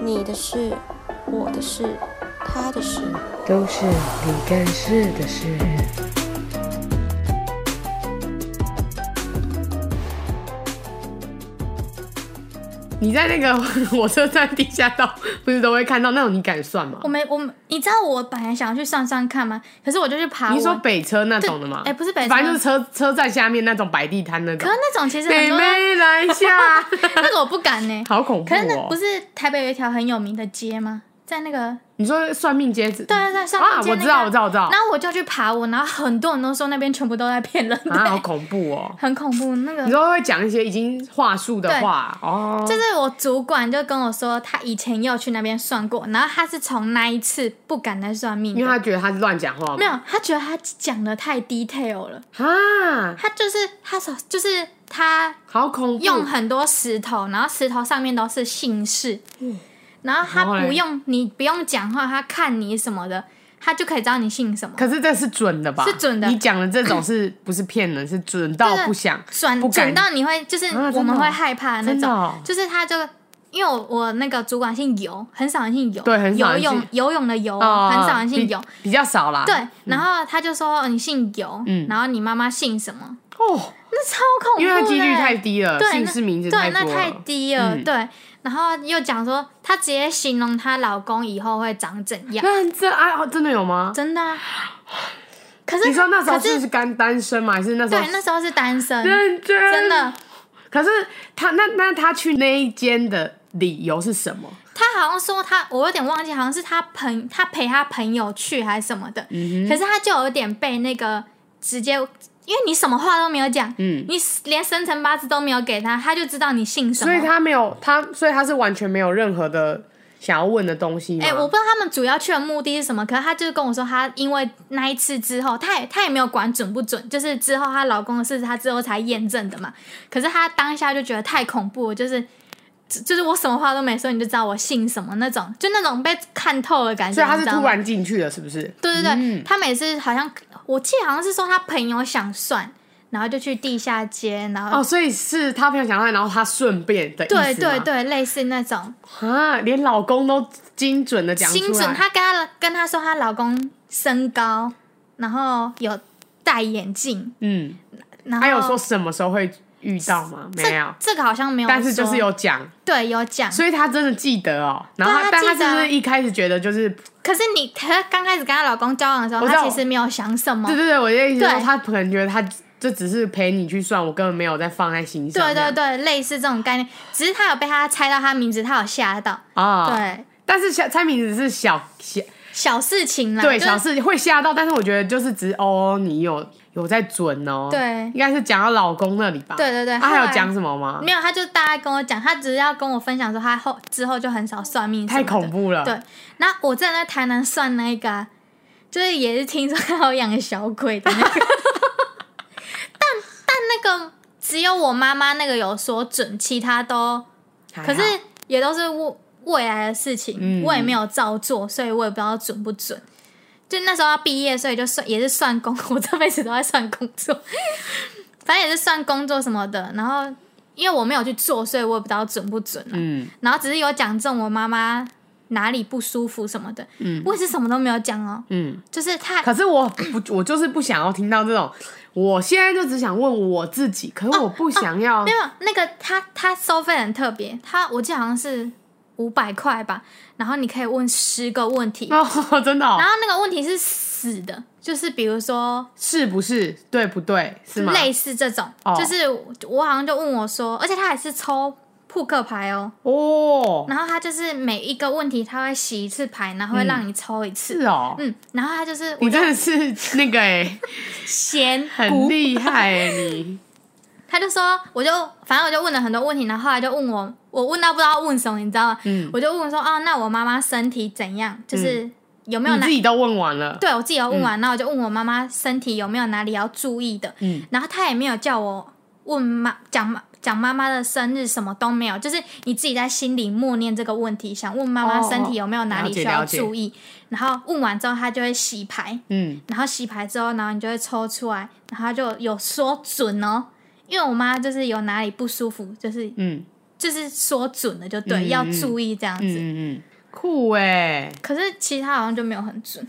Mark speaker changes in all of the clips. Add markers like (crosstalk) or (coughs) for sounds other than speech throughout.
Speaker 1: 你的事、我的事、他的事。
Speaker 2: 都是你干事的事。
Speaker 3: 你在那个 (laughs) 火车站地下道， (laughs) 不是都会看到那种？你敢算吗
Speaker 4: 我？们我们，你知道我本来想要去上上看吗？可是我就去爬我。
Speaker 3: 你说北车那种的吗？
Speaker 4: 对哎不是北车
Speaker 3: 反正就是车车站下面那种摆地摊那
Speaker 4: 可
Speaker 3: 种
Speaker 4: 是。那种其实很
Speaker 3: 北
Speaker 4: 多，
Speaker 3: 妹来下，
Speaker 4: (laughs) 那个我不敢呢、
Speaker 3: 好恐怖
Speaker 4: 可是那
Speaker 3: 哦
Speaker 4: 不！是台北有一条很有名的街吗？在那个
Speaker 3: 你说算命街子？
Speaker 4: 对对对，上面
Speaker 3: 啊，
Speaker 4: 街
Speaker 3: 我
Speaker 4: 那
Speaker 3: 知
Speaker 4: 个
Speaker 3: 道，我知道，我知道
Speaker 4: 然。后我就去爬我，然后很多人都说那边全部都在骗人的、
Speaker 3: 啊，好恐怖哦！
Speaker 4: 很恐怖。那个
Speaker 3: 你说会讲一些已经话术的
Speaker 4: 对
Speaker 3: 话哦，
Speaker 4: 就是我主管就跟我说，他以前也有去那边算过，然后他是从那一次不敢再算命的，
Speaker 3: 因为他觉得他是乱讲话嘛。
Speaker 4: 没有，他觉得他讲的太 detail 了，
Speaker 3: 啊，
Speaker 4: 他就是他手就是他
Speaker 3: 好恐怖！
Speaker 4: 用很多石头，然后石头上面都是姓氏，
Speaker 3: 嗯
Speaker 4: 然后他
Speaker 3: 然后嘞
Speaker 4: 不用你不用讲话，他看你什么的，他就可以知道你姓什么。
Speaker 3: 可是这是准的吧？
Speaker 4: 是准的
Speaker 3: 你讲的这种是不是骗人？是准到不想，不
Speaker 4: 转
Speaker 3: 敢
Speaker 4: 转到你会就是
Speaker 3: 啊真的
Speaker 4: 我们
Speaker 3: 哦
Speaker 4: 会害怕的那
Speaker 3: 真的
Speaker 4: 种，
Speaker 3: 哦
Speaker 4: 就是他就因为我我那个主管姓游，很少人姓游，
Speaker 3: 对很少
Speaker 4: 游
Speaker 3: 人姓
Speaker 4: 泳游泳的游，
Speaker 3: 哦
Speaker 4: 很少人姓
Speaker 3: 比
Speaker 4: 游。
Speaker 3: 比较少啦。
Speaker 4: 对，然后他就说哦你姓游，
Speaker 3: 嗯
Speaker 4: 然后你妈妈姓什么？
Speaker 3: 哦，
Speaker 4: 那超恐怖的，欸
Speaker 3: 因为它几率太低了，
Speaker 4: 对，
Speaker 3: 姓
Speaker 4: 那
Speaker 3: 氏名字多
Speaker 4: 对，那太
Speaker 3: 了。
Speaker 4: 低了，
Speaker 3: 嗯
Speaker 4: 对。然后又讲说，她直接形容她老公以后会长怎样，
Speaker 3: 那这啊，真的有吗？
Speaker 4: 真的啊、可是
Speaker 3: 你说那时候
Speaker 4: 可是
Speaker 3: 是是干单身吗？还是那时候
Speaker 4: 对，那时候是单身，
Speaker 3: 认真
Speaker 4: 真的。
Speaker 3: 可是他那那他去那一间的理由是什么？
Speaker 4: 他好像说他，我有点忘记，好像是他朋他陪他朋友去还是什么的，
Speaker 3: 嗯
Speaker 4: 可是他就有点被那个直接，因为你什么话都没有讲，
Speaker 3: 嗯
Speaker 4: 你连生辰八字都没有给他，他就知道你姓什么。
Speaker 3: 所以他没有他，所以他是完全没有任何的想要问的东西吗。
Speaker 4: 哎、我不知道他们主要去的目的是什么，可是他就是跟我说，他因为那一次之后，他也他也没有管准不准，就是之后她老公的事，她之后才验证的嘛。可是她当下就觉得太恐怖了，就是就就是我什么话都没说，你就知道我姓什么那种，就那种被看透的感觉。
Speaker 3: 所以他是
Speaker 4: 你知道
Speaker 3: 突
Speaker 4: 吗
Speaker 3: 然嗯进去了，是不是？
Speaker 4: 对对对，他每次好像我记得好像是说他朋友想算，然后就去地下街，然后、
Speaker 3: 哦，所以是他朋友想到，然后他顺便的意思啊吗
Speaker 4: 对对对，类似那种
Speaker 3: 啊，连老公都精准的讲出来，
Speaker 4: 精准。她跟她跟她说她老公身高，然后有戴眼镜，
Speaker 3: 嗯，
Speaker 4: 然后
Speaker 3: 他有说什么时候会遇到吗？
Speaker 4: 哦这
Speaker 3: 没有，
Speaker 4: 这个好像没有说，
Speaker 3: 但是就是有讲，
Speaker 4: 对有讲，
Speaker 3: 所以他真的记得哦。然后
Speaker 4: 对他
Speaker 3: 但他
Speaker 4: 记得啊
Speaker 3: 是不是一开始觉得就是，
Speaker 4: 可是你她刚开始跟她老公交往的时候，
Speaker 3: 我知道
Speaker 4: 她其实没有想什么
Speaker 3: 对。对对，我的意思是说
Speaker 4: 对
Speaker 3: 他可能觉得他这只是陪你去算，我根本没有在放在心上。
Speaker 4: 对
Speaker 3: 这
Speaker 4: 对
Speaker 3: 样
Speaker 4: 对，类似这种概念，只是她有被他猜到她名字，她有吓到。
Speaker 3: 啊，。
Speaker 4: 对，
Speaker 3: 但是小猜谜只是小小
Speaker 4: 小事情啦，
Speaker 3: 对
Speaker 4: 就是
Speaker 3: 小事会吓到，但是我觉得就是只哦，你有有在准哦。
Speaker 4: 对
Speaker 3: 应该是讲到老公那里吧。
Speaker 4: 对对对
Speaker 3: 啊
Speaker 4: 后来
Speaker 3: 还有讲什么吗？
Speaker 4: 没有，他就大概跟我讲，他只是要跟我分享说他后之后就很少算命，
Speaker 3: 太恐。怖了。
Speaker 4: 对，那我之前在台南算那个、啊，就是也是听说他有养个小鬼的那个，但但那个只有我妈妈那个有说准，其他都
Speaker 3: 还好，
Speaker 4: 可是也都是未未来的事情，
Speaker 3: 嗯
Speaker 4: 我也没有照做，所以我也不知道准不准。就那时候要毕业，所以就算也是算工，我这辈子都在算工作， (laughs) 反正也是算工作什么的。然后因为我没有去做，所以我也不知道准不准、啊。
Speaker 3: 嗯，
Speaker 4: 然后只是有讲中我妈妈哪里不舒服什么的，
Speaker 3: 嗯
Speaker 4: 我也是什么都没有讲哦，
Speaker 3: 嗯，
Speaker 4: 就是她
Speaker 3: 可是我不，我就是不想要听到这种。我现在就只想问我自己，可是我不想要。
Speaker 4: 没有那个她她收费很特别，她我记得好像是五百块吧，然后你可以问十个问题，
Speaker 3: 哦，真的、哦
Speaker 4: 然，后那个问题是死的，就是比如说
Speaker 3: 是不是对不对？是吗？
Speaker 4: 类似这种，
Speaker 3: 哦
Speaker 4: 就是我好像就问我说，而且他还是抽扑克牌哦，
Speaker 3: 哦，
Speaker 4: 然后他就是每一个问题他会洗一次牌，然后会让你抽一次，
Speaker 3: 是哦，
Speaker 4: 嗯然后他就是
Speaker 3: 你真的是那个哎、
Speaker 4: 闲
Speaker 3: 很
Speaker 4: 无
Speaker 3: 厉害哎、你。
Speaker 4: 他就说，我就反正我就问了很多问题，然后后来就问我，我问到不知道问什么，你知道吗？
Speaker 3: 嗯
Speaker 4: 我就问说，哦，那我妈妈身体怎样？就是有没有
Speaker 3: 你
Speaker 4: 哪
Speaker 3: 自己都问完了，
Speaker 4: 对我自己有问完，然后我就问我妈妈身体有没有哪里要注意的，
Speaker 3: 嗯
Speaker 4: 然后她也没有叫我问妈讲妈讲妈妈的生日，什么都没有，就是你自己在心里默念这个问题，想问妈妈身体有没有哪
Speaker 3: 哦
Speaker 4: 里
Speaker 3: 了解
Speaker 4: 需要
Speaker 3: 了解
Speaker 4: 注意，然后问完之后她就会洗牌，
Speaker 3: 嗯，
Speaker 4: 然后洗牌之后，然后你就会抽出来，然后她就有说准哦，因为我妈就是有哪里不舒服，就是
Speaker 3: 嗯
Speaker 4: 就是说准了就对，要注意这样子。
Speaker 3: 嗯嗯，酷哎、
Speaker 4: 可是其他好像就没有很准。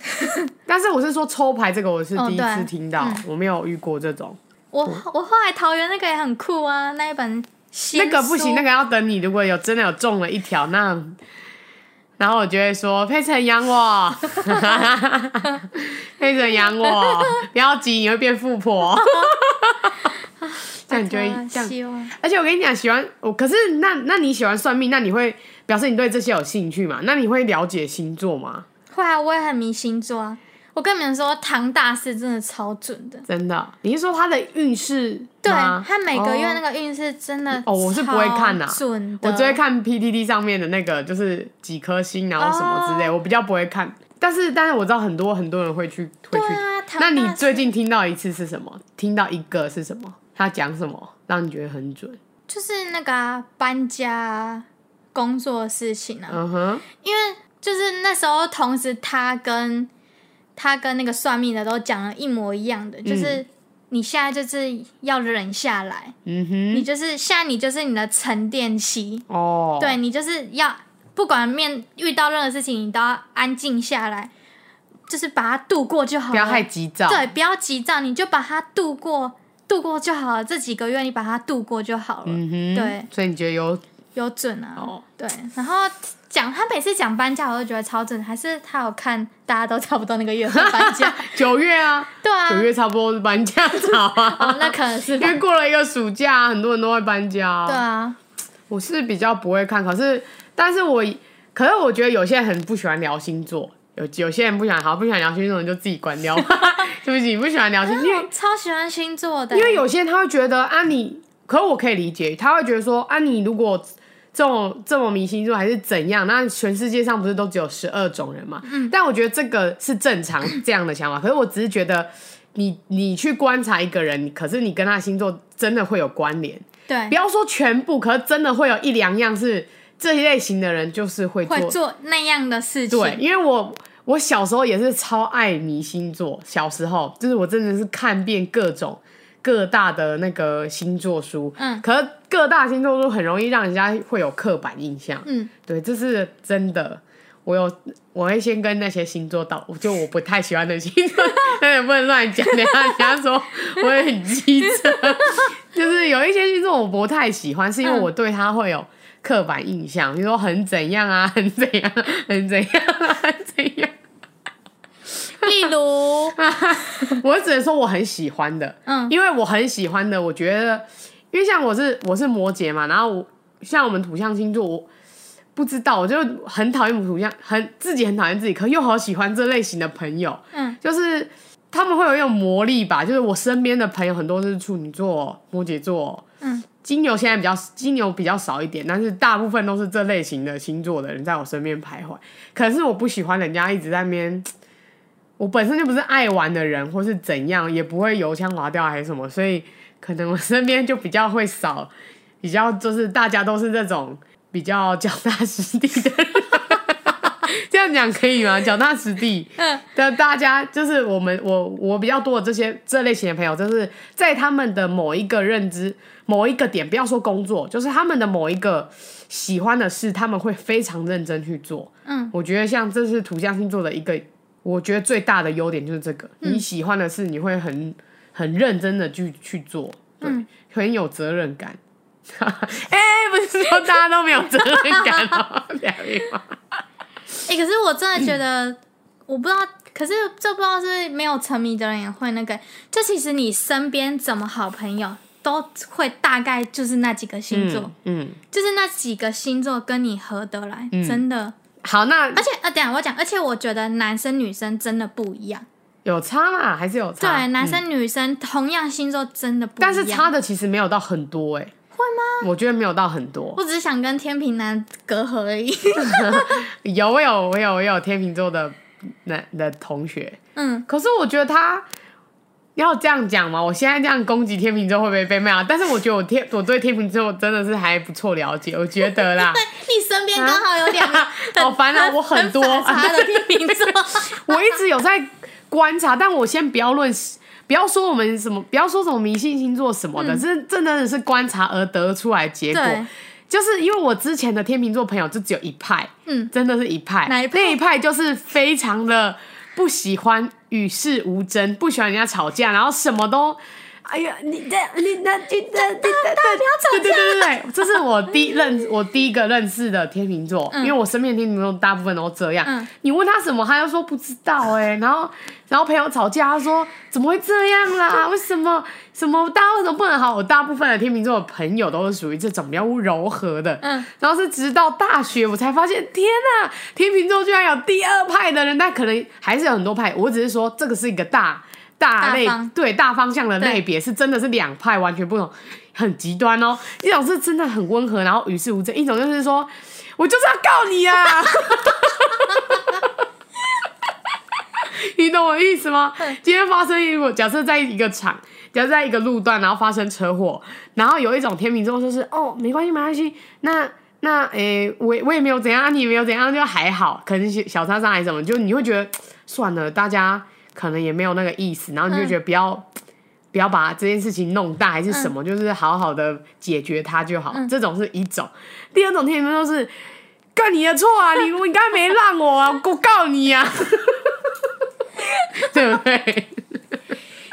Speaker 3: 但是我是说抽牌这个，我是
Speaker 4: 哦
Speaker 3: 第一
Speaker 4: 对
Speaker 3: 次听到，我没有遇过这种。
Speaker 4: 我我后来桃园那个也很酷啊，那一本新
Speaker 3: 那个不行，
Speaker 4: 书
Speaker 3: 那个要等你如果有真的有中了一条，那然后我就会说佩晨养 (laughs) 我，佩晨养我，不要急，你会变富
Speaker 4: (laughs)
Speaker 3: 婆。这样你就会
Speaker 4: 啊
Speaker 3: 这样，
Speaker 4: 希望
Speaker 3: 而且我跟你讲，喜欢我，可是那那你喜欢算命，那你会表示你对这些有兴趣嘛？那你会了解星座吗？
Speaker 4: 会啊，我也很迷星座啊。我跟你们说，唐大师真的超准的，
Speaker 3: 真的？你是说他的运势
Speaker 4: 对
Speaker 3: 吗？
Speaker 4: 他每个月
Speaker 3: 哦
Speaker 4: 那个运势真的
Speaker 3: 哦我是不会看啊
Speaker 4: 超准的，
Speaker 3: 我只会看 PTT 上面的那个，就是几颗星，然后什么之类，
Speaker 4: 哦
Speaker 3: 我比较不会看。但是，但是我知道很多很多人会去会
Speaker 4: 对
Speaker 3: 去。
Speaker 4: 啊，唐
Speaker 3: 那你
Speaker 4: 大师
Speaker 3: 最近听到一次是什么？听到一个是什么？他讲什么让你觉得很准？
Speaker 4: 就是那个啊、搬家啊工作的事情啊，
Speaker 3: 嗯哼，
Speaker 4: 就是那时候同时他跟他跟那个算命的都讲了一模一样的，就是嗯你现在就是要忍下来，
Speaker 3: 嗯
Speaker 4: 你
Speaker 3: 哼，
Speaker 4: 就是现在你就是你的沉淀期，
Speaker 3: 哦，
Speaker 4: 对你就是要不管面遇到任何事情，你都要安静下来，就是把它度过就好了。
Speaker 3: 不要太急躁。
Speaker 4: 对，不要急躁，你就把它度过，度过就好了。这几个月你把它度过就好了，
Speaker 3: 嗯哼，
Speaker 4: 对，
Speaker 3: 所以你觉得有
Speaker 4: 有准啊。
Speaker 3: 哦
Speaker 4: 对，然后讲他每次讲搬家，我都觉得超准，还是他有看大家都差不多那个月份
Speaker 3: (laughs)
Speaker 4: 搬家，
Speaker 3: 九月啊？
Speaker 4: 对啊
Speaker 3: 九，月差不多是搬家潮
Speaker 4: (laughs) 哦
Speaker 3: 啊，，
Speaker 4: 那可能是
Speaker 3: 因
Speaker 4: 吧
Speaker 3: 为过了一个暑假，啊很多人都会搬家啊。
Speaker 4: 对啊，
Speaker 3: 我是比较不会看，可是但是我可是我觉得有些人很不喜欢聊星座，有有些人不喜欢，好不喜欢聊星座，你就自己关掉 (laughs) 吧。对不啊起，不喜欢聊星座，因为
Speaker 4: 我超喜欢星座的，
Speaker 3: 因为有些人他会觉得啊你，可我可以理解，他会觉得说啊你如果这种这么迷星座还是怎样，那全世界上不是都只有十二种人嘛？嗯，但我觉得这个是正常这样的想法，可是我只是觉得。你你去观察一个人，可是你跟他星座真的会有关联，
Speaker 4: 对
Speaker 3: 不。要说全部，可是真的会有一两样是这一类型的人就是会做。
Speaker 4: 会做那样的事情，
Speaker 3: 对，因为我我小时候也是超爱迷星座，小时候就是我真的是看遍各种各大的那个星座书，
Speaker 4: 嗯
Speaker 3: 可是各大星座书很容易让人家会有刻板印象，
Speaker 4: 嗯，
Speaker 3: 对，这是真的。我有，我会先跟那些星座道，就我不太喜欢的星座， (laughs) 但也不能乱讲，等一下人家说我会很机车。 (laughs) 就是有一些星座我不太喜欢，是因为
Speaker 4: 嗯
Speaker 3: 我对他会有刻板印象，比如说很怎样啊，很怎样， (laughs) 很怎样、啊，很怎样。
Speaker 4: (laughs) 例
Speaker 3: (laughs)
Speaker 4: 如，
Speaker 3: 啊
Speaker 4: (laughs)
Speaker 3: 我只能说我很喜欢的，
Speaker 4: 嗯
Speaker 3: 因为我很喜欢的，我觉得，因为像我是我是摩羯嘛，然后我像我们土象星座，我不知道，我就很讨厌土象，很自己很讨厌自己，可又好喜欢这类型的朋友，
Speaker 4: 嗯，
Speaker 3: 就是他们会有一种魔力吧，就是我身边的朋友很多都是处女座、摩羯座，
Speaker 4: 嗯，
Speaker 3: 金牛现在比较金牛比较少一点，但是大部分都是这类型的星座的人在我身边徘徊。可是我不喜欢人家一直在那边，我本身就不是爱玩的人，或是怎样，也不会油腔滑调还是什么，所以可能我身边就比较会少，比较就是大家都是这种比较脚踏实地的 (laughs) 人。这样讲可以吗？脚踏实地，
Speaker 4: 嗯，
Speaker 3: 但大家就是我们，我我比较多的这些这类型的朋友，就是在他们的某一个认知、某一个点，不要说工作，就是他们的某一个喜欢的事，他们会非常认真去做。
Speaker 4: 嗯，
Speaker 3: 我觉得像这是土象星座的一个，我觉得最大的优点就是这个，你喜欢的事，你会很很认真的去去做，对，很有责任感。 (laughs) 哎、不是说大家都没有责任感哦，两位吗？
Speaker 4: 哎、可是我真的觉得， (clears throat) 我不知道，可是这不知道是没有沉迷的人也会那个。就其实你身边怎么好朋友都会大概就是那几个星座，
Speaker 3: 嗯，嗯，
Speaker 4: 就是那几个星座跟你合得来，
Speaker 3: 嗯
Speaker 4: 真的。
Speaker 3: 好，那
Speaker 4: 而且啊，等一下我讲，而且我觉得男生女生真的不一样，
Speaker 3: 有差啦，还是有
Speaker 4: 对
Speaker 3: 差。，
Speaker 4: 男
Speaker 3: 嗯、
Speaker 4: 生女生同样星座真的不一
Speaker 3: 但
Speaker 4: 样。
Speaker 3: 是差的其实没有到很多哎、会吗？我觉得没有到很多。
Speaker 4: 我只是想跟天平男隔阂而已。 (laughs)
Speaker 3: 有，我有，我有，我有天秤座的男的同学，
Speaker 4: 嗯，
Speaker 3: 可是我觉得他要这样讲嘛，我现在这样攻击天秤座会不会被骂？但是我觉得我天，我对天秤座真的是还不错了解，我觉得啦。
Speaker 4: 你身边刚好有两个 (laughs) 很
Speaker 3: 好烦啊我
Speaker 4: 很
Speaker 3: 啊 (laughs) 很多
Speaker 4: 很反差的天秤座。
Speaker 3: (laughs) 我一直有在观察，但我先不要论，不要说我们什么，不要说什么迷信星座什么的，这、这真的是观察而得出来结果
Speaker 4: 嗯对。
Speaker 3: 就是因为我之前的天秤座朋友就只有一派，
Speaker 4: 嗯
Speaker 3: 真的是一派，
Speaker 4: 哪一派
Speaker 3: 那一派就是非常的不喜欢与世无争，不喜欢人家吵架，然后什么都。哎呀，你这你那你这你这，对对对对对，这是我第一认我第一个认识的天秤座，因为我身边的天秤座大部分都这样。
Speaker 4: 嗯
Speaker 3: 你问他什么，他就说不知道哎、然后然后朋友吵架，他说怎么会这样啦？为什么什么大家为什么不能好？我大部分的天秤座的朋友都是属于这种比较柔和的，
Speaker 4: 嗯
Speaker 3: 然后是直到大学我才发现，天呐，天秤座居然有第二派的人，但可能还是有很多派。我只是说这个是一个大大
Speaker 4: 大
Speaker 3: 类
Speaker 4: 方
Speaker 3: 对大方向的
Speaker 4: 对
Speaker 3: 类别，是真的是两派完全不同，很极端哦。一种是真的很温和，然后与世无争；一种就是说我就是要告你
Speaker 4: (laughs)
Speaker 3: 啊。你懂我意思吗？今天发生如果假设在一个场，假设在一个路段，然后发生车祸，然后有一种天秤座就是哦，没关系，没关系，那那诶、我我也没有怎样，啊你也没有怎样，就还好，可能是小擦伤还是什么，就你会觉得算了，大家可能也没有那个意思，然后你就觉得不要、不要把这件事情弄大还是什么，就是好好的解决它就好。这种是一种，第二种天秤座是。干你的错啊！你你刚才没让我啊，我告你啊！ (laughs) 对不对？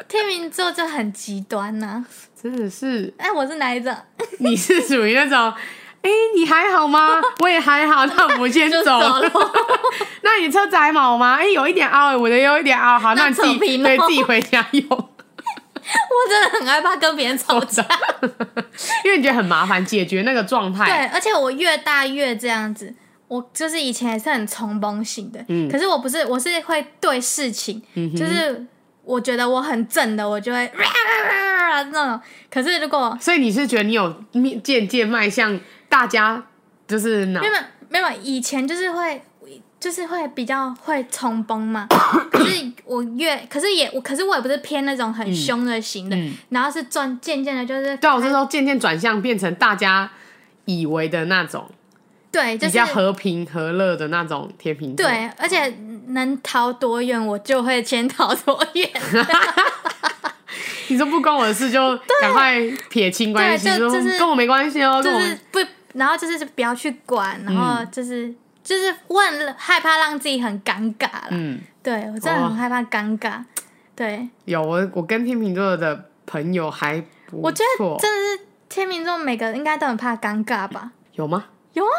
Speaker 4: 天秤座就很极端呐、
Speaker 3: 真的是，
Speaker 4: 哎，我是哪一种？
Speaker 3: 你是属于那种，哎、你还好吗？我也还好，那我们先
Speaker 4: (laughs) 就
Speaker 3: 走。
Speaker 4: 了。
Speaker 3: 那你车子还毛吗？哎、有一点凹、我的有一点凹，好，
Speaker 4: 那
Speaker 3: 那你自己
Speaker 4: 扯平咯
Speaker 3: 对自己回家用，
Speaker 4: 我真的很害怕跟别人吵
Speaker 3: (laughs)
Speaker 4: 架。
Speaker 3: 因为你觉得很麻烦，解决那个状态。
Speaker 4: 对，而且我越大越这样子。我就是以前也是很冲动型的，
Speaker 3: 嗯
Speaker 4: 可是我不是，我是会对事情，就是我觉得我很正的，我就会 (laughs) 那种。可是如果
Speaker 3: 所以你是觉得你有面渐渐迈向大家就是脑
Speaker 4: 没有没有，以前就是会就是会比较会冲崩
Speaker 3: (coughs)
Speaker 4: 嘛。可是我越可是也我可是我也不是偏那种很凶的型的，
Speaker 3: 嗯
Speaker 4: 然后是转渐渐的，就是
Speaker 3: 对啊，我是说渐渐转向变成大家以为的那种、
Speaker 4: 对，就
Speaker 3: 比
Speaker 4: 是
Speaker 3: 较和平和乐的那种天平座。
Speaker 4: 对，而且能逃多远我就会先逃多远。
Speaker 3: (laughs) 你说不关我的事就赶快撇清关系，
Speaker 4: 对就
Speaker 3: 说嗯
Speaker 4: 就是
Speaker 3: 跟我没关系哦，跟
Speaker 4: 就
Speaker 3: 我
Speaker 4: 是不，然后就是不要去管，然
Speaker 3: 嗯
Speaker 4: 后就是、就是问了，害怕让自己很尴尬啦。
Speaker 3: 嗯，
Speaker 4: 对我真的很害怕尴尬。对，
Speaker 3: 有我我跟天秤座的朋友还不
Speaker 4: 我觉
Speaker 3: 错
Speaker 4: 得真的是天秤座每个人应该都很怕尴尬吧？
Speaker 3: 有吗？
Speaker 4: 有啊，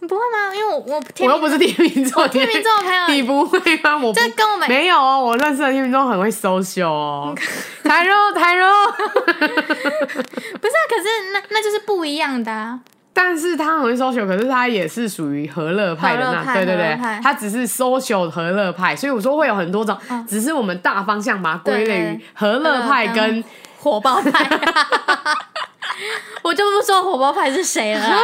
Speaker 4: 你不会吗？因为我我
Speaker 3: 我
Speaker 4: 天哦
Speaker 3: 又不是天秤座，
Speaker 4: 天秤座的朋
Speaker 3: 你 (laughs)
Speaker 4: 友，
Speaker 3: 不会吗？我不
Speaker 4: 这跟我们
Speaker 3: 没有哦，我认识的天秤座很会 social
Speaker 4: (laughs)
Speaker 3: 哦，台肉台肉，
Speaker 4: 不是、啊，可是那那就是不一样的啊。
Speaker 3: (laughs) 但是他很会 social，可是他也是属于和乐派的
Speaker 4: 和乐
Speaker 3: 那，
Speaker 4: 派
Speaker 3: 对对
Speaker 4: 和
Speaker 3: 对
Speaker 4: 乐派，
Speaker 3: 他只是 social 和乐派，所以我说会有很多种，
Speaker 4: 嗯
Speaker 3: 只是我们大方向把它归
Speaker 4: 对对
Speaker 3: 类于和乐派
Speaker 4: 和乐
Speaker 3: 跟
Speaker 4: (laughs) 火
Speaker 3: (laughs)
Speaker 4: 爆派，哦 (laughs) 我就不说火爆派是谁了啊、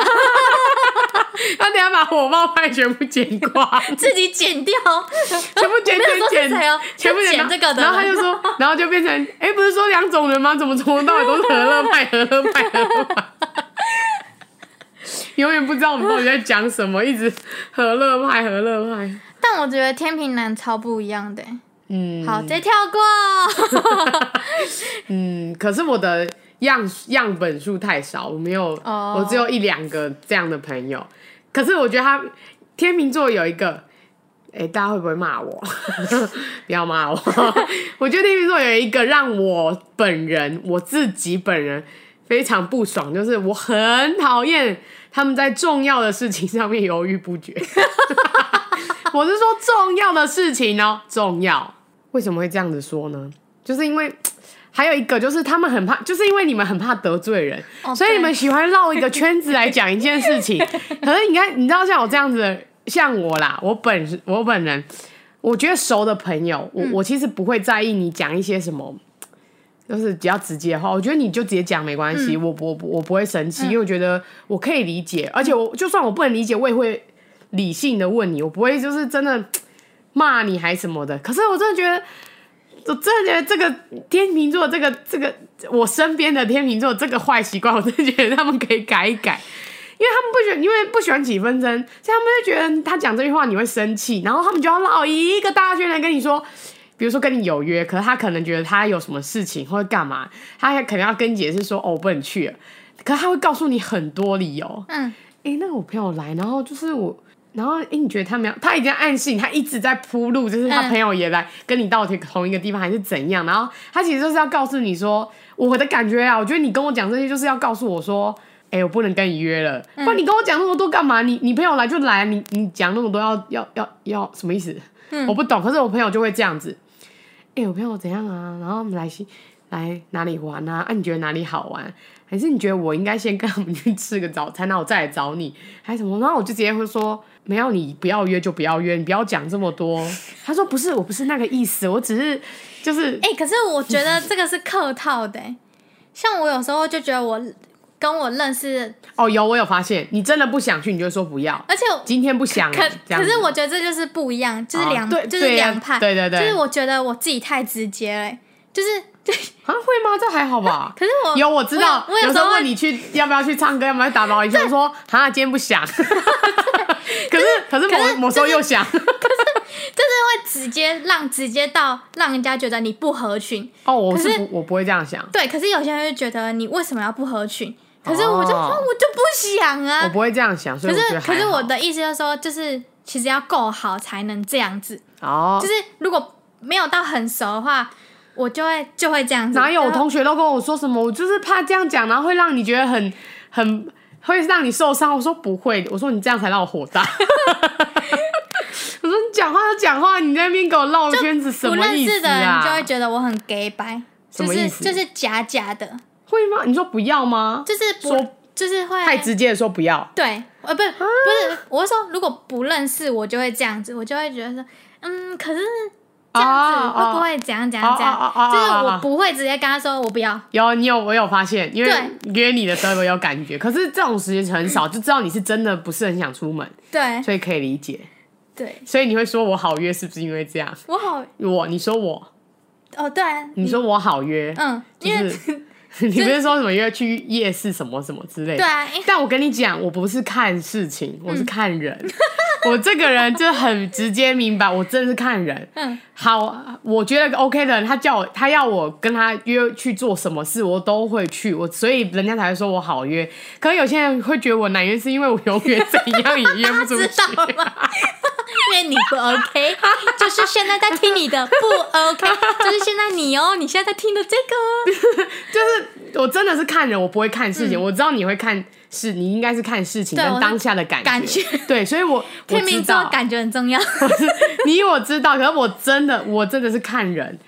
Speaker 3: 他等一下把火爆派全部剪
Speaker 4: (laughs)
Speaker 3: 光，
Speaker 4: 自己剪掉。
Speaker 3: 全部剪
Speaker 4: 没有
Speaker 3: 剪
Speaker 4: 说是谁
Speaker 3: 剪
Speaker 4: 哦，
Speaker 3: 全部
Speaker 4: 是
Speaker 3: 剪
Speaker 4: 剪这个的
Speaker 3: 然后他就
Speaker 4: (laughs)
Speaker 3: 说，然后就变成，哎，不是说两种人吗？怎么从头到尾都是和乐派、和乐派、和乐
Speaker 4: (laughs)
Speaker 3: 派？永远不知道我们到底在讲什么，一直和乐派、和乐派。
Speaker 4: 但我觉得天平男超不一样的欸、
Speaker 3: 嗯，
Speaker 4: 好，直接跳过。 (laughs)
Speaker 3: 嗯，可是我的样样本数太少，我没有
Speaker 4: 哦
Speaker 3: 我只有一两个这样的朋友。可是我觉得他天秤座有一个，哎、大家会不会骂我？ (laughs) 不要骂我。 (laughs) 我觉得天秤座有一个让我本人我自己本人非常不爽，就是我很讨厌他们在重要的事情上面犹豫不决。我是说重要的事情哦，重要。为什么会这样子说呢？就是因为还有一个就是他们很怕，就是因为你们很怕得罪人，
Speaker 4: 哦
Speaker 3: 所以
Speaker 4: 对
Speaker 3: 你们喜欢绕一个圈子来讲一件事 (laughs) 情。可是你看，你知道像我这样子的，像我啦，我本我本人，我觉得熟的朋友，我、我其实不会在意你讲一些什么。就是比较直接的话，我觉得你就直接讲没关系，我我不我不会生气，因为我觉得我可以理解，而且我就算我不能理解，我也会理性的问你，我不会就是真的骂你还什么的。可是我真的觉得，我真的觉得这个天秤座，这个这个我身边的天秤座这个坏习惯，我真的觉得他们可以改一改。因为他们不喜欢，因为不喜欢起纷争，所以他们就觉得他讲这句话你会生气，然后他们就要绕一个大圈来跟你说，比如说跟你有约，可是他可能觉得他有什么事情或者干嘛，他可能要跟你解释说哦，我不能去了。可是他会告诉你很多理由。
Speaker 4: 嗯，
Speaker 3: 诶，那个我朋友来，然后就是我，然后诶，你觉得他没有？他已经暗示你，他一直在铺路，就是他
Speaker 4: 嗯
Speaker 3: 朋友也来跟你到同同一个地方，还是怎样？然后他其实就是要告诉你说，我的感觉啊，我觉得你跟我讲这些，就是要告诉我说。诶，哎我不能跟你约了，
Speaker 4: 嗯
Speaker 3: 不然你跟我讲那么多干嘛？你你朋友来就来，啊你你讲那么多要要要要什么意思？
Speaker 4: 嗯
Speaker 3: 我不懂。可是我朋友就会这样子，哎、我朋友怎样啊？然后我们来西来哪里玩啊？啊，你觉得哪里好玩？还是你觉得我应该先跟他们去吃个早餐，然后我再来找你，还是什么？然后我就直接会说，没有，你不要约就不要约，你不要讲这么多。他说不是，我不是那个意思，我只是就是，
Speaker 4: 哎、可是我觉得这个是客套的、欸，像我有时候就觉得我跟我认识，
Speaker 3: 哦，有我有发现，你真的不想去，你就会说不要，
Speaker 4: 而且我
Speaker 3: 今天不想了。
Speaker 4: 可
Speaker 3: 这样
Speaker 4: 可
Speaker 3: 子
Speaker 4: 是我觉得这就是不一样，就是
Speaker 3: 哦
Speaker 4: 两、
Speaker 3: 对
Speaker 4: 就是
Speaker 3: 对呀
Speaker 4: 两派，
Speaker 3: 对对对
Speaker 4: 就是我觉得我自己太直接了、欸，就是对，
Speaker 3: 啊，会吗？这还好吧。
Speaker 4: (laughs) 可是我
Speaker 3: 有我知道，
Speaker 4: 我有
Speaker 3: 有
Speaker 4: 我有
Speaker 3: 时
Speaker 4: 时
Speaker 3: 候
Speaker 4: 候
Speaker 3: 问
Speaker 4: 会
Speaker 3: 你去要不要去唱歌，要不要去打保龄球，说
Speaker 4: (laughs)
Speaker 3: 啊今天不想。 (laughs) 可是可是
Speaker 4: 可
Speaker 3: 某
Speaker 4: 是
Speaker 3: 某时候又想。
Speaker 4: 就是会直接让直接到让人家觉得你不合群，
Speaker 3: (laughs) 哦，我
Speaker 4: 可
Speaker 3: 是
Speaker 4: 是啊
Speaker 3: 不我不会这样想，
Speaker 4: 对，可是有些人就觉得你为什么要不合群？可是我就、
Speaker 3: 哦
Speaker 4: 说我就不想啊，
Speaker 3: 我不会这样想，所以
Speaker 4: 可
Speaker 3: 我觉
Speaker 4: 是
Speaker 3: 得
Speaker 4: 可
Speaker 3: 还
Speaker 4: 是
Speaker 3: 好
Speaker 4: 我的意思就是说，就是其实要够好才能这样子，
Speaker 3: 哦
Speaker 4: 就。是如果没有到很熟的话，我就会就会这样子。
Speaker 3: 哪有？我
Speaker 4: 然后
Speaker 3: 同学都跟我说什么，我就是怕这样讲，然后会让你觉得很很会让你受伤。我说不会，我说你这样才让我火
Speaker 4: (laughs)
Speaker 3: 大。我说你讲话就讲话，你在那边给我绕圈子，什
Speaker 4: 不
Speaker 3: 么
Speaker 4: 认
Speaker 3: 意
Speaker 4: 识
Speaker 3: 思
Speaker 4: 的人
Speaker 3: 啊？
Speaker 4: 就会觉得我很 gay 白，
Speaker 3: 什
Speaker 4: 就
Speaker 3: 么意
Speaker 4: 是
Speaker 3: 思
Speaker 4: 就是假假的，
Speaker 3: 会吗？你说不要吗？
Speaker 4: 就是不
Speaker 3: 说
Speaker 4: 就是会
Speaker 3: 太直接的说不要。
Speaker 4: 对，呃，不是不是，我是说如果不认识，我就会这样子，我就会觉得说，嗯，可是这样子
Speaker 3: 哦哦
Speaker 4: 会不会怎样怎
Speaker 3: 哦
Speaker 4: 样怎
Speaker 3: 哦
Speaker 4: 样
Speaker 3: 哦哦？
Speaker 4: 就是
Speaker 3: 哦哦
Speaker 4: 我不会直接跟他说我不要，
Speaker 3: 有你有我有发现，因为
Speaker 4: 对
Speaker 3: 约你的时候我有感觉，可是这种时间很少，就知道你是真的不是很想出门，
Speaker 4: 对
Speaker 3: 所以可以理解。
Speaker 4: 对，
Speaker 3: 所以你会说我好约，是不是因为这样？
Speaker 4: 我好
Speaker 3: 我你说我，
Speaker 4: 哦，对啊，
Speaker 3: 你说我好约，
Speaker 4: 嗯，因为
Speaker 3: 就是 (laughs) 你不是说什么约去夜市什么什么之类的？
Speaker 4: 对嗯啊，因为
Speaker 3: 但我跟你讲，我不是看事情，我是看人。我这个人就很直接明白，我真的是看人。
Speaker 4: 嗯，
Speaker 3: 好，我觉得 OK 的人，他叫我，他要我跟他约去做什么事，我都会去。我所以人家才会说我好约。可是有些人会觉得我难约，是因为我永远怎样也啊约不出 (laughs)
Speaker 4: 知
Speaker 3: 去。
Speaker 4: 道吗？因为你不 OK，就是现在在听你
Speaker 3: (laughs)
Speaker 4: 的不 OK，就是现在你哦，你现在在听的这个哦，
Speaker 3: 就是我真的是看人，我不会看事情。我知道你会看事，你应该是看事情
Speaker 4: 对
Speaker 3: 跟
Speaker 4: 我是
Speaker 3: 当下的感觉。
Speaker 4: 感觉
Speaker 3: 对，所以 (laughs) 我我
Speaker 4: 天
Speaker 3: 知
Speaker 4: 秤座
Speaker 3: 道。
Speaker 4: 感觉很重要。
Speaker 3: 你我知道，可是我真的，我真的是看人。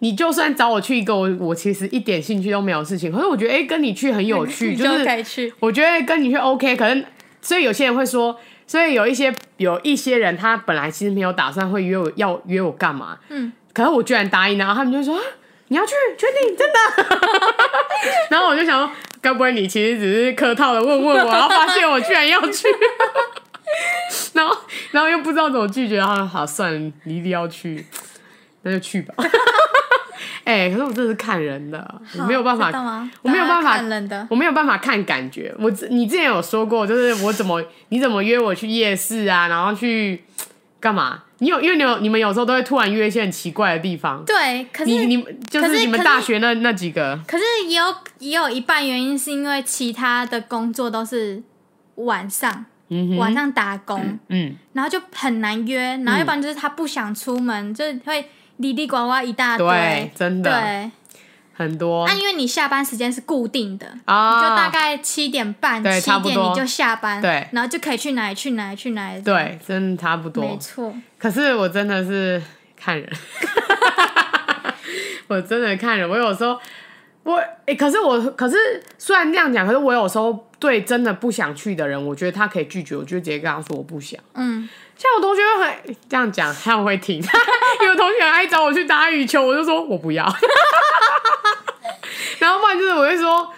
Speaker 3: 你就算找我去一个我我其实一点兴趣都没有的事情，可是我觉得哎、诶跟 (laughs) (laughs) 你去很有趣，
Speaker 4: 你
Speaker 3: 就
Speaker 4: 就可
Speaker 3: 是
Speaker 4: 以去
Speaker 3: 我觉得跟你去 OK，可能所以有些人会说，所以有一些有一些人他本来其实没有打算会约我要约我干嘛，
Speaker 4: 嗯，
Speaker 3: 可是我居然答应，然后他们就说啊你要去，确定真的， (laughs) 然后我就想说，该不会你其实只是客套的问问我，然后发现我居然要去。 (laughs) 然后然后又不知道怎么拒绝，然后好算了，你一定要去，那就去吧。 (laughs) 哎、可是我真的是看人的，我没有办
Speaker 4: 知道
Speaker 3: 法
Speaker 4: 吗，
Speaker 3: 我没有办
Speaker 4: 看
Speaker 3: 法，
Speaker 4: 人的，
Speaker 3: 我没有办法看感觉。我之你之前有说过，就是我怎么 (laughs) 你怎么约我去夜市啊，然后去干嘛？你有因为你有你们有时候都会突然约一些很奇怪的地方。
Speaker 4: 对，可
Speaker 3: 你
Speaker 4: 是
Speaker 3: 你就
Speaker 4: 可
Speaker 3: 是
Speaker 4: 是
Speaker 3: 你们
Speaker 4: 可是
Speaker 3: 大学那那几个
Speaker 4: 可是也有也有一半原因是因为其他的工作都是晚上，晚上打工，
Speaker 3: 嗯，
Speaker 4: 然后就很难约，然后要不然就是他不想出门，就是会哩哩呱呱一大堆，
Speaker 3: 对真的
Speaker 4: 对。
Speaker 3: 很多
Speaker 4: 那、因啊为你下班时间是固定的，
Speaker 3: 啊，
Speaker 4: 就大概七点半、
Speaker 3: 对
Speaker 4: 七
Speaker 3: 差不
Speaker 4: 点
Speaker 3: 多
Speaker 4: 你就下班，
Speaker 3: 对
Speaker 4: 然后就可以去哪里去哪里去哪里。，
Speaker 3: 对，真的差不多，
Speaker 4: 没错，
Speaker 3: 可是我真的是看人， (laughs) 我真的看人。我有时候，我诶、可是我，可是虽然这样讲，可是我有时候对真的不想去的人，我觉得他可以拒绝，我就直接跟他说我不想。
Speaker 4: 嗯，
Speaker 3: 像我同学会很这样讲，他们会听。 (laughs) 有同学很爱找我去打羽球，我就说我不要。然后不然就是我会说，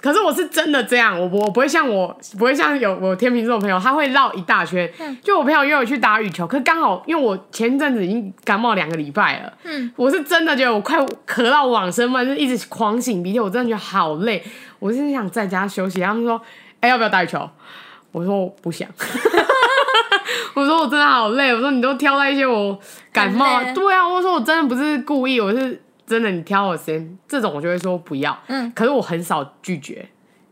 Speaker 3: 可是我是真的这样，我不我不会像我不会像有我天秤座的朋友，他会绕一大圈。
Speaker 4: 嗯
Speaker 3: 就我朋友约我去打羽球，可刚好因为我前阵子已经感冒两个礼拜了，
Speaker 4: 嗯，
Speaker 3: 我是真的觉得我快咳到往生嘛，就是一直狂擤鼻涕，我真的觉得好累，我是想在家休息。他们说，哎、要不要打羽球？我说我不想。 (laughs) 我说我真的好累，我说你都挑到一些我感冒
Speaker 4: 很累，了
Speaker 3: 对啊，我说我真的不是故意，我是真的你挑我时间，这种我就会说不要，
Speaker 4: 嗯，
Speaker 3: 可是我很少拒绝，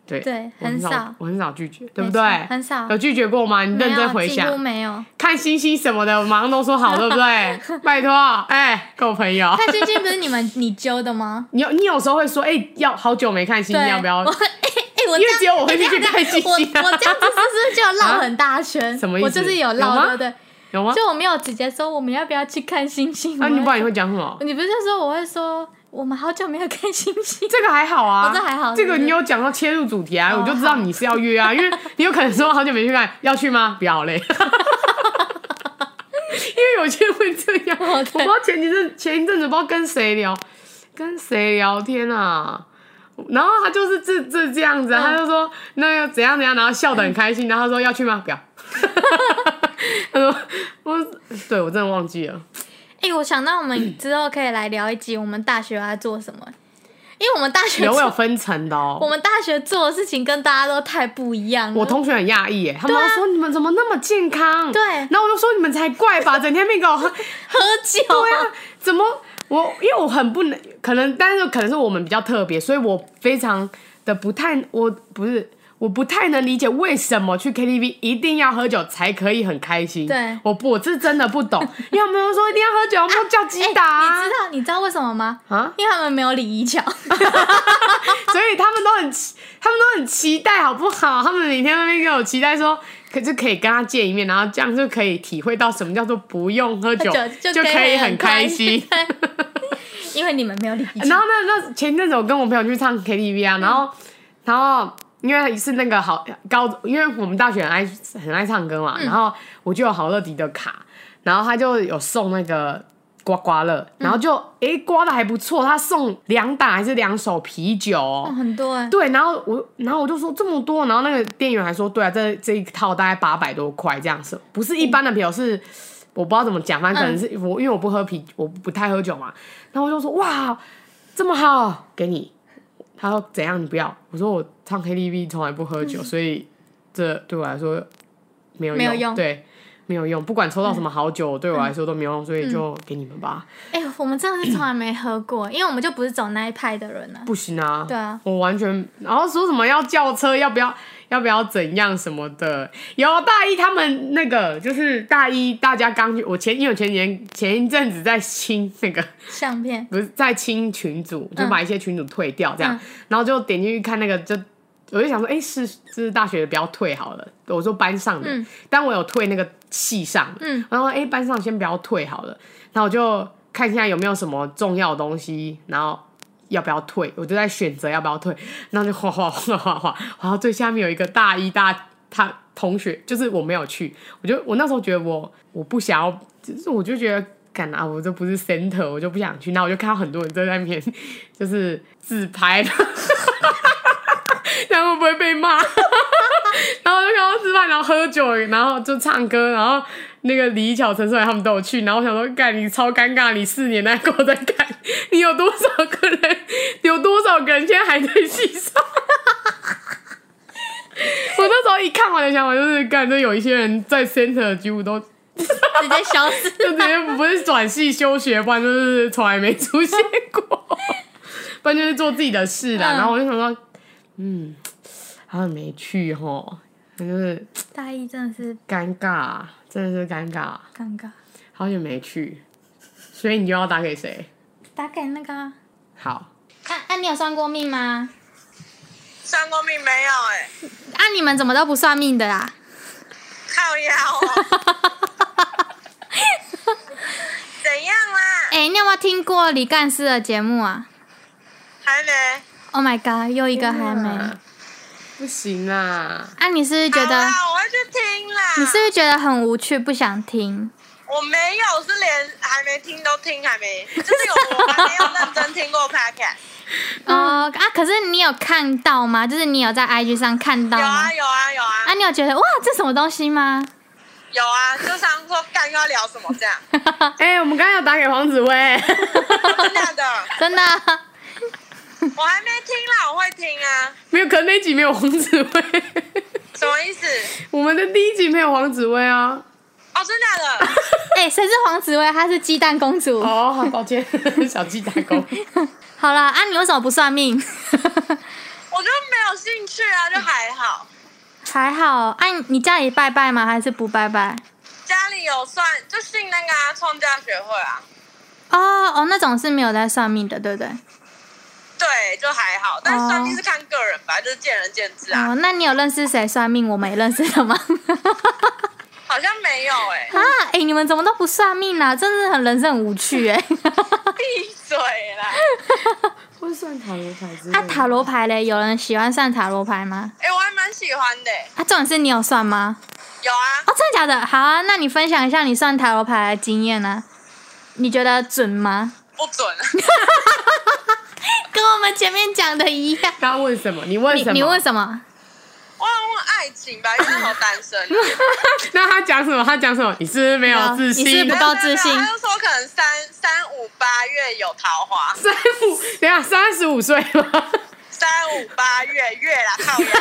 Speaker 3: 对，
Speaker 4: 对
Speaker 3: 我很
Speaker 4: 很
Speaker 3: 少
Speaker 4: 少，
Speaker 3: 我很少拒绝，对不
Speaker 4: 没
Speaker 3: 对
Speaker 4: 错？很少
Speaker 3: 有拒绝过吗？你
Speaker 4: 没
Speaker 3: 认
Speaker 4: 有
Speaker 3: 真回
Speaker 4: 几乎
Speaker 3: 想，
Speaker 4: 没有。
Speaker 3: 看星星什么的，我马上都说好，对不
Speaker 4: (laughs)
Speaker 3: 对？拜托，哎，跟我朋友，
Speaker 4: 看星星不是你们你揪
Speaker 3: (laughs)
Speaker 4: 的吗？
Speaker 3: 你有你有时候会说，哎，要好久没看星星，
Speaker 4: 对，
Speaker 3: 要不要
Speaker 4: 我？ (laughs) 哎、哎我
Speaker 3: 因为只
Speaker 4: 这样
Speaker 3: 有我会去看星星
Speaker 4: 我我这样子是不是就绕很大圈？
Speaker 3: 啊什么意思
Speaker 4: 我就是有
Speaker 3: 有吗
Speaker 4: 绕，对对
Speaker 3: 有吗啊
Speaker 4: 对，？就我没有直接说我们要不要去看星星。
Speaker 3: 那你不
Speaker 4: 我
Speaker 3: 然你会讲什么？
Speaker 4: 你不是说我会说我们好久没有看星星？
Speaker 3: (laughs) 这个还好啊，
Speaker 4: 哦这还好
Speaker 3: 这个
Speaker 4: 是不是
Speaker 3: 你有讲到切入主题啊，
Speaker 4: 哦
Speaker 3: 我就知道你是要约啊，因为你有可能说好久没去看， (laughs) 要去吗？不
Speaker 4: (laughs)
Speaker 3: 要嘞。因为有些人会这样，
Speaker 4: 哦
Speaker 3: 我不知道前几阵前一阵子不知道跟谁聊，跟谁聊天啊，然后他就是这这这样子啊、
Speaker 4: 嗯
Speaker 3: 他就说那要怎样怎样，然后笑得很开心，然后他说要去吗？
Speaker 4: (laughs)
Speaker 3: 不要。他说我对我真的忘记了，
Speaker 4: 哎、我想到
Speaker 3: (clears throat)
Speaker 4: 我们之后可以来聊一集我们大学要做什么，因为我们大学
Speaker 3: 有我有
Speaker 4: 做
Speaker 3: 分层的哦。
Speaker 4: (laughs) 我们大学做的事情跟大家都太不一样了。
Speaker 3: 我同学很讶异耶，他们都说你们怎么那么健康？
Speaker 4: 啊对
Speaker 3: 然后我就说你们才怪吧，整天没搞 (laughs) 喝，对
Speaker 4: 喝酒，
Speaker 3: 啊，怎么我因为我很不能，可能但是可能是我们比较特别，所以我非常的不太，我不是。我不太能理解为什么去 KTV 一定要喝酒才可以很开心。
Speaker 4: 对
Speaker 3: 我不我是真的不
Speaker 4: (laughs)
Speaker 3: 懂，因为他们都说一定要喝酒，我们都叫
Speaker 4: 哎
Speaker 3: 鸡打啊、
Speaker 4: 你知道你知道为什么吗？
Speaker 3: 啊哎
Speaker 4: 因为他们没有礼仪
Speaker 3: (laughs)
Speaker 4: 桥。
Speaker 3: 所以他们都很期，他们都很期待，好不好？他们每天那边跟我期待说，可就可以跟他见一面，然后这样就可以体会到什么叫做不用喝酒
Speaker 4: 喝 (laughs) 酒就可以
Speaker 3: 可以
Speaker 4: 很
Speaker 3: 很开
Speaker 4: 心
Speaker 3: 心。
Speaker 4: (laughs) 因为你们没有礼仪。
Speaker 3: (laughs) 然后那那前阵子我跟我朋友去唱 KTV 啊，然后、然后因为是那个好高，因为我们大学很爱很爱唱歌嘛，然后我就有好乐迪的卡，然后他就有送那个。刮刮乐，然后就诶、刮的还不错，他送两打还是两手啤酒、哦
Speaker 4: 哦，很多哎、
Speaker 3: 对，然后我，然后我就说这么多，然后那个店员还说，对啊，这这一套大概八百多块这样子，不是一般的啤酒，是我不知道怎么讲，反正可能是
Speaker 4: 嗯
Speaker 3: 我因为我不喝啤，我不太喝酒嘛，然后我就说哇，这么好，给你。他说怎样你不要？我说我唱 KTV 从来不喝酒，所以这对我来说没有
Speaker 4: 嗯没有用嗯
Speaker 3: 对，没有用，不管抽到什么好酒，对我来说都没有用，所以就给你们吧。
Speaker 4: 哎、我们真的是从来没喝过，因为我们就不是走那一派的人啊。
Speaker 3: 不行啊，
Speaker 4: 对啊，
Speaker 3: 我完全，然后说什么要叫车，要不要，要不要怎样什么的。有大一他们那个就是大一大家刚去，我前因为我前几年前一阵子在清那个
Speaker 4: 相片
Speaker 3: 不是在清群组，就
Speaker 4: 嗯
Speaker 3: 把一些群组退掉这样，
Speaker 4: 嗯
Speaker 3: 然后就点进去看那个就。我就想说，哎、是这是大学的，不要退好了。我说班上的，
Speaker 4: 嗯
Speaker 3: 但我有退那个系上的，
Speaker 4: 嗯
Speaker 3: 然后哎、诶班上先不要退好了，然后我就看一下有没有什么重要的东西，然后要不要退，我就在选择要不要退，然后就哗哗哗哗哗，然后最下面有一个大一大他同学，就是我没有去，我就我那时候觉得我我不想要，就是我就觉得。干啊！我这不是 center，我就不想去。那我就看到很多人在那边就是自拍， (laughs) 然后会不会被骂？ (laughs) 然后就看到吃饭，然后喝酒，然后就唱歌，然后那个李巧、陈胜他们都有去，然后我想说，干你超尴尬，你四年来给我在干，你有多少个人，有多少个人现在还在戏上？ (laughs) 我那时候一看完的想法就是，干这有一些人在 center 几乎都就
Speaker 4: 直接消失。
Speaker 3: (laughs)
Speaker 4: (laughs)
Speaker 3: 直接不是转系休学，不然就是从来没出现过，不然就是做自己的事啦。
Speaker 4: 嗯
Speaker 3: 然后我就想说，嗯，好像没去吼，就是
Speaker 4: 大一真的是
Speaker 3: 尴尬，真的是尴尬，
Speaker 4: 尴尬，
Speaker 3: 好久没去，所以你又要打给谁？
Speaker 4: 打给那个啊
Speaker 3: 好，
Speaker 4: 啊啊，你有算过命吗？
Speaker 5: 算过命没有、哎，
Speaker 4: 啊，你们怎么都不算命的啊 (laughs) 啦？
Speaker 5: 靠腰哦。怎样
Speaker 4: (laughs)
Speaker 5: 啦？
Speaker 4: 哎、你有没有听过李干事的节目啊
Speaker 5: 还没。
Speaker 4: ？Oh my god，又一个还没。
Speaker 3: 啊不行啦，
Speaker 4: 啊，你是不是觉
Speaker 5: 好
Speaker 4: 得
Speaker 5: 啦，我会去听啦。
Speaker 4: 你是不是觉得很无趣，不想听？
Speaker 5: 我没有，是连还没听都听，还没，就是有我还没有认真听过
Speaker 4: (laughs)
Speaker 5: podcast。嗯
Speaker 4: 哦、啊，可是你有看到吗？就是你有在 IG 上看到
Speaker 5: 有
Speaker 4: 吗
Speaker 5: 啊？有啊有啊
Speaker 4: 啊，你有觉得哇，这什么东西吗？ (laughs)
Speaker 5: 有啊，就常说干又要聊什么这样，哦
Speaker 3: 哎、我们刚刚有打给黄子薇，
Speaker 5: 真的假的，
Speaker 4: 真的
Speaker 5: (laughs)
Speaker 4: 啊，
Speaker 5: 我还没听啦，我会听啊，
Speaker 3: (laughs) 没有，可能那一集没有黄子薇，
Speaker 5: 什么意思？
Speaker 3: (laughs) 我们的第一集没有黄子薇啊。
Speaker 5: 哦，真的假的，
Speaker 4: 哎、谁是黄子薇？她是鸡蛋公主。
Speaker 3: 哦， (laughs) 好抱歉，小鸡打工。
Speaker 4: 好了啊，你为什么不算命？
Speaker 5: 我就没有兴趣啊，就还好。
Speaker 4: 还好。哎、你家里拜拜吗？还是不拜拜？
Speaker 5: 家里有算，就信那个啊，创价学会啊，
Speaker 4: 哦哦，那种是没有在算命的，对不对？
Speaker 5: 对，就还好。但
Speaker 4: 哦
Speaker 5: 算命是看个人吧，就是见仁见智啊。
Speaker 4: 哦，那你有认识谁算命？我们也认识 (laughs) 的吗？
Speaker 5: 好像没有
Speaker 4: (laughs)
Speaker 5: 哎、
Speaker 4: 啊，哎、你们怎么都不算命啊？真是很人生很无趣 (laughs) 哎、
Speaker 5: 闭嘴啦！
Speaker 2: 会算塔罗牌之类
Speaker 4: 啊，
Speaker 2: 的。
Speaker 4: 塔罗牌嘞，有人喜欢算塔罗牌吗？
Speaker 5: 哎、我还蛮喜欢的、欸，
Speaker 4: 啊，重点是你有算吗？
Speaker 5: 有啊，
Speaker 4: 哦，真的假的？好啊，那你分享一下你算塔罗牌的经验呢、你觉得准吗？
Speaker 5: 不
Speaker 4: (laughs)
Speaker 5: 准。
Speaker 4: 跟我们前面讲的一样。
Speaker 3: 他问什么？你问
Speaker 4: 你
Speaker 3: 什么？
Speaker 4: 你问什么？
Speaker 5: 我想问爱情吧，因为那时候单身
Speaker 4: (laughs)
Speaker 5: 啊。
Speaker 3: 那他讲什么？他讲什么？你是不是没
Speaker 4: 没有
Speaker 3: 有自
Speaker 4: 你是
Speaker 3: 信？
Speaker 4: 不
Speaker 5: 没
Speaker 4: 够
Speaker 5: 有没有
Speaker 4: 自信
Speaker 5: 没有他就说可能三三五八月有桃花，
Speaker 3: 三五，等一下三十五岁吗？
Speaker 5: 三五八月月啦，靠月。
Speaker 3: 刚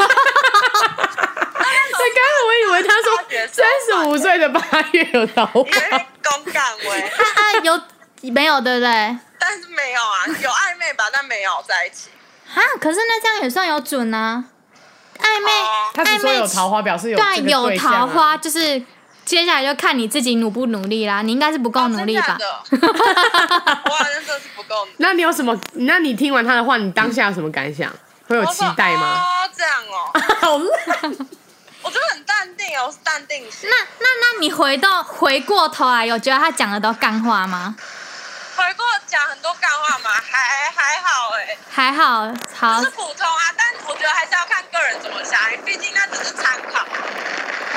Speaker 3: 刚我以为他说三十五岁的八月有桃花
Speaker 5: 因，为公干喂，
Speaker 4: (laughs) 啊啊，有没有对不对？啊，
Speaker 5: 但是没有啊，有暧昧吧，但没有在一起。
Speaker 4: 可是那这样也算有准啊。暧昧
Speaker 5: 哦，
Speaker 3: 他只
Speaker 4: 暧
Speaker 3: 说
Speaker 4: 昧
Speaker 3: 有桃花，表示有
Speaker 4: 对啊，
Speaker 3: 这个对
Speaker 4: 有
Speaker 3: 象啊
Speaker 4: 桃花，就是接下来就看你自己努不努力啦。你应该是不够努力吧
Speaker 5: 哦真？的假的我好像真的是不够努力。
Speaker 3: 那你有什么？那你听完他的话，你当下有什么感想？会有
Speaker 5: 我
Speaker 3: 期
Speaker 5: 说
Speaker 3: 待 (laughs) 吗？
Speaker 5: 哦，这样哦，
Speaker 3: 好烂！
Speaker 5: 我觉得很淡定哦，我是淡定型。
Speaker 4: (laughs) 那那那你回到回过头来，有觉得他讲的都干话吗？
Speaker 5: 回过讲很多干话嘛，还还好哎，
Speaker 4: 还好，好
Speaker 5: 就是普通啊，但我觉得还是要看个人怎么想，毕竟那只是参考。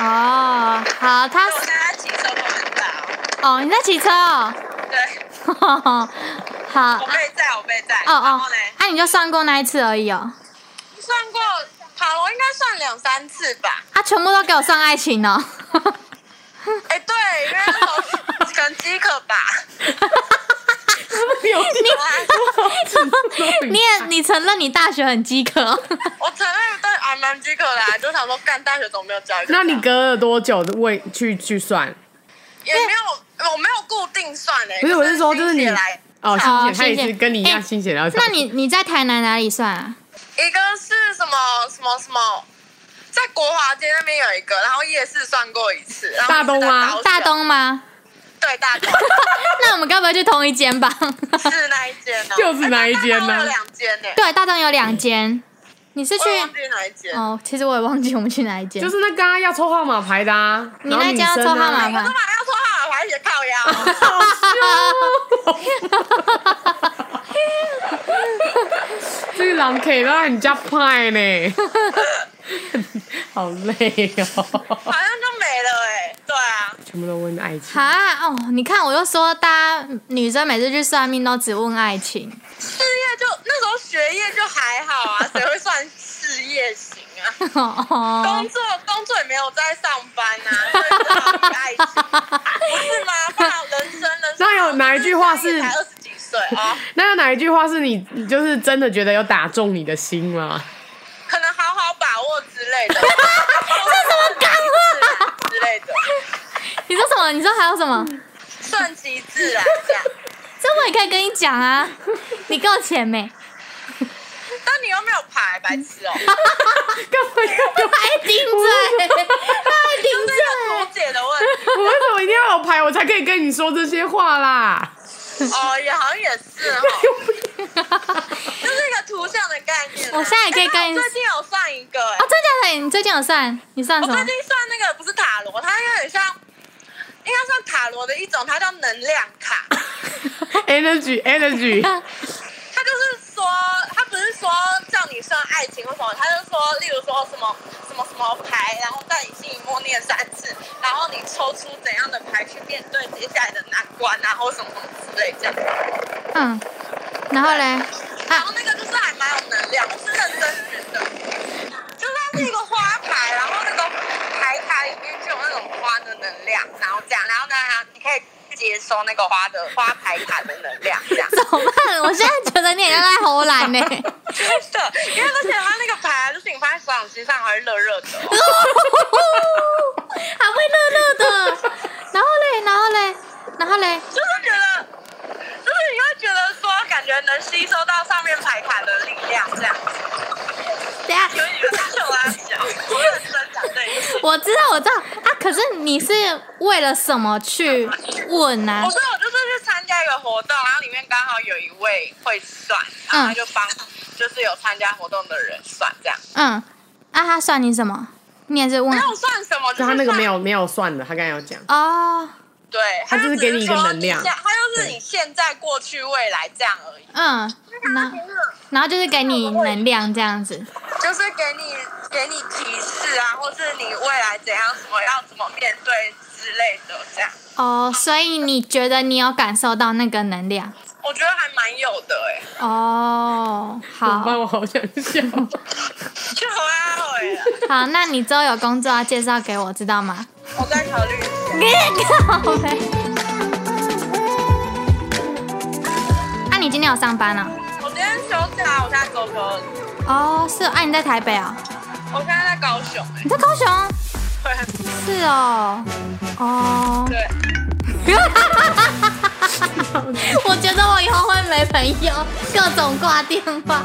Speaker 4: 哦，好，他
Speaker 3: 啊
Speaker 5: 所以我现在骑车都很大哦，
Speaker 4: 哦，你在骑车哦， (laughs)
Speaker 5: 对，
Speaker 3: 啊
Speaker 4: 好啊
Speaker 5: 我被载，我被载。
Speaker 4: 哦
Speaker 5: 然
Speaker 4: 哦
Speaker 5: 后呢，，
Speaker 4: 啊，你就算过那一次而已哦，
Speaker 5: 算过塔罗应该算两三次吧。
Speaker 4: 他啊全部都给我算爱情哦，
Speaker 5: (laughs) 哎，对，因为那时候可能饥渴吧。
Speaker 3: (laughs)
Speaker 5: (laughs)
Speaker 3: 有
Speaker 4: 你也你承认你大学很饥渴哦、
Speaker 5: 我承认，但还蛮饥渴的、啊，就想说干大学怎么没有教育？
Speaker 3: 那你隔了多久问去去算？
Speaker 5: 也没有，我没有固定算哎、
Speaker 3: 不是，我是说，就是你
Speaker 5: 心血来
Speaker 3: 哦，
Speaker 4: 哦
Speaker 3: 心血，他也
Speaker 4: 心
Speaker 3: 是
Speaker 4: 血
Speaker 3: 跟你一样
Speaker 4: 哎
Speaker 3: 心血来潮。
Speaker 4: (laughs) 那你你在台南哪里算啊？
Speaker 5: 一个是什么什么什么，在国华街那边有一个，然后夜市算过一次，然后
Speaker 3: 大东吗
Speaker 5: 一次在高雄
Speaker 4: 大东吗？ (laughs)
Speaker 5: 对大东
Speaker 3: (laughs)
Speaker 4: 那我们该不会去同一间吧？ (laughs)
Speaker 5: 是那一间呢、哦
Speaker 3: 就是那一间呢
Speaker 5: 大东有两间呢、
Speaker 4: 对，大东有两间，你是去
Speaker 5: 我也忘记哪一间，
Speaker 4: 哦？其实我也忘记我们去哪一间，
Speaker 3: 就是那刚刚要抽号码牌的啊，
Speaker 4: 你
Speaker 3: 然后
Speaker 4: 那
Speaker 3: 女
Speaker 4: 家
Speaker 3: 生
Speaker 4: 抽号
Speaker 3: 啊
Speaker 4: 码
Speaker 5: 每个都把要说好，我还写靠
Speaker 3: (laughs)
Speaker 5: 腰，
Speaker 3: 这个人可以让人家派
Speaker 4: (laughs)
Speaker 3: 呢，好累哦，
Speaker 5: 好像就没了哎、对啊，
Speaker 3: 全部都问爱情。
Speaker 4: 哈哦，你看我就说，大家女生每次去算命都只问爱情， (laughs)
Speaker 5: 事业就那时候学业就还好啊，谁会算事业型啊？工
Speaker 4: 哦，
Speaker 5: 作工作也没有在上班啊，所以只好以爱情，不是吗？不然人生人生
Speaker 3: 那有哪一句话是
Speaker 5: 才二十几岁啊？
Speaker 3: 那有哪一句话是你你就是真的觉得有打中你的心吗？
Speaker 5: 可能好好把握之类的，这什么干话之类的，
Speaker 4: 你说什么？你说还有什么？
Speaker 5: 顺其自然这样。
Speaker 4: 这我也可以跟你讲啊，你给我钱没？
Speaker 5: 但你又没有牌，白痴哦、
Speaker 3: 干嘛哎要？
Speaker 4: 还顶
Speaker 3: (laughs)
Speaker 4: 嘴，还顶
Speaker 5: 这个
Speaker 4: 嘴
Speaker 5: 图，解的问
Speaker 3: 我为什么一定要有牌我才可以跟你说这些话啦？
Speaker 5: 题哦，也好像也是哦，这是一个图像的概念啊、
Speaker 4: 我现在也可以跟
Speaker 5: 哎
Speaker 4: 你
Speaker 5: 那我最近有算一个、哎
Speaker 4: 哦，真的假的？你最近有算？你算
Speaker 5: 我
Speaker 4: 什
Speaker 5: 最
Speaker 4: 么？
Speaker 5: 近算那个不是塔罗，它有点像，应该算塔罗的一种，它叫能量卡。
Speaker 3: energy energy，
Speaker 5: 它就是说，它不是说叫你算爱情或什么，它就说，例如说什么什么什么牌，然后在你心里默念三次，然后你抽出怎样的牌去面对接下来的难关啊，或什么什么之类这样。
Speaker 4: 嗯，然后嘞，
Speaker 5: 然后那个就是还蛮有能量，我是认真觉得，就是它是一个花牌，然后那个牌卡里面就有那种花的能量，然后这样，然后呢，你可以接收那个花的花牌卡的能量，这样。
Speaker 4: (laughs) 怎么办？我现在觉得你很像在偷懒 (laughs) 呢。
Speaker 5: (laughs) 真的，因为而且它那个牌啊就是你放在手掌心上还会热热的哦、
Speaker 4: 还会乐乐的。然后嘞，然后嘞，然后嘞，
Speaker 5: 就是觉得，就是你会觉得说，感觉能吸收到上面牌卡的力量这样。
Speaker 4: 等一下
Speaker 5: 有一个秀拉小，我认真讲这一次。
Speaker 4: 我知道，我知道啊。可是你是为了什么去问啊
Speaker 5: 我？说我就是去参加一个活动，然后里面刚好有一位会算，
Speaker 3: 嗯
Speaker 5: 然后他就帮就是有参加活动的人算这样。
Speaker 4: 嗯，啊，他算你什么？你也是问
Speaker 5: 没有算什么，就是
Speaker 3: 就嗯他那个
Speaker 5: 算
Speaker 3: 没有没有算的，他刚才有讲，
Speaker 4: 哦，
Speaker 5: 对，
Speaker 3: 他就是
Speaker 5: 只
Speaker 3: 给你一个
Speaker 5: 说
Speaker 3: 能量
Speaker 5: 现他就是你现在、过去、未来这样而已。
Speaker 4: 嗯，那然后就是给你能量这样子，
Speaker 5: 就是给你给你提示啊，或是你未来怎样什么要怎么面对之类的这样。
Speaker 4: 哦，所以你觉得你有感受到那个能量？
Speaker 5: 我觉得还蛮有的哎、
Speaker 4: 哦，
Speaker 3: 我
Speaker 4: 好
Speaker 3: 我好想
Speaker 5: 欸，
Speaker 3: 笑。
Speaker 5: 就好啊，会
Speaker 3: (laughs)
Speaker 5: 啊，
Speaker 4: (laughs) 好，那你之后有工作要介绍给我知道吗？
Speaker 5: 我再考虑一下。
Speaker 4: (laughs) 靠呗。啊，你今天有上班啊？
Speaker 5: 我今天休假，我现在走走，
Speaker 4: 哦，是哦啊，你在台北啊、
Speaker 5: 我现在在高雄哎、
Speaker 4: 你在高雄？啊
Speaker 5: 欸，
Speaker 4: 是哦，哦 (laughs)
Speaker 5: 对，对，
Speaker 4: 我觉得我以后会没朋友，各种挂电话。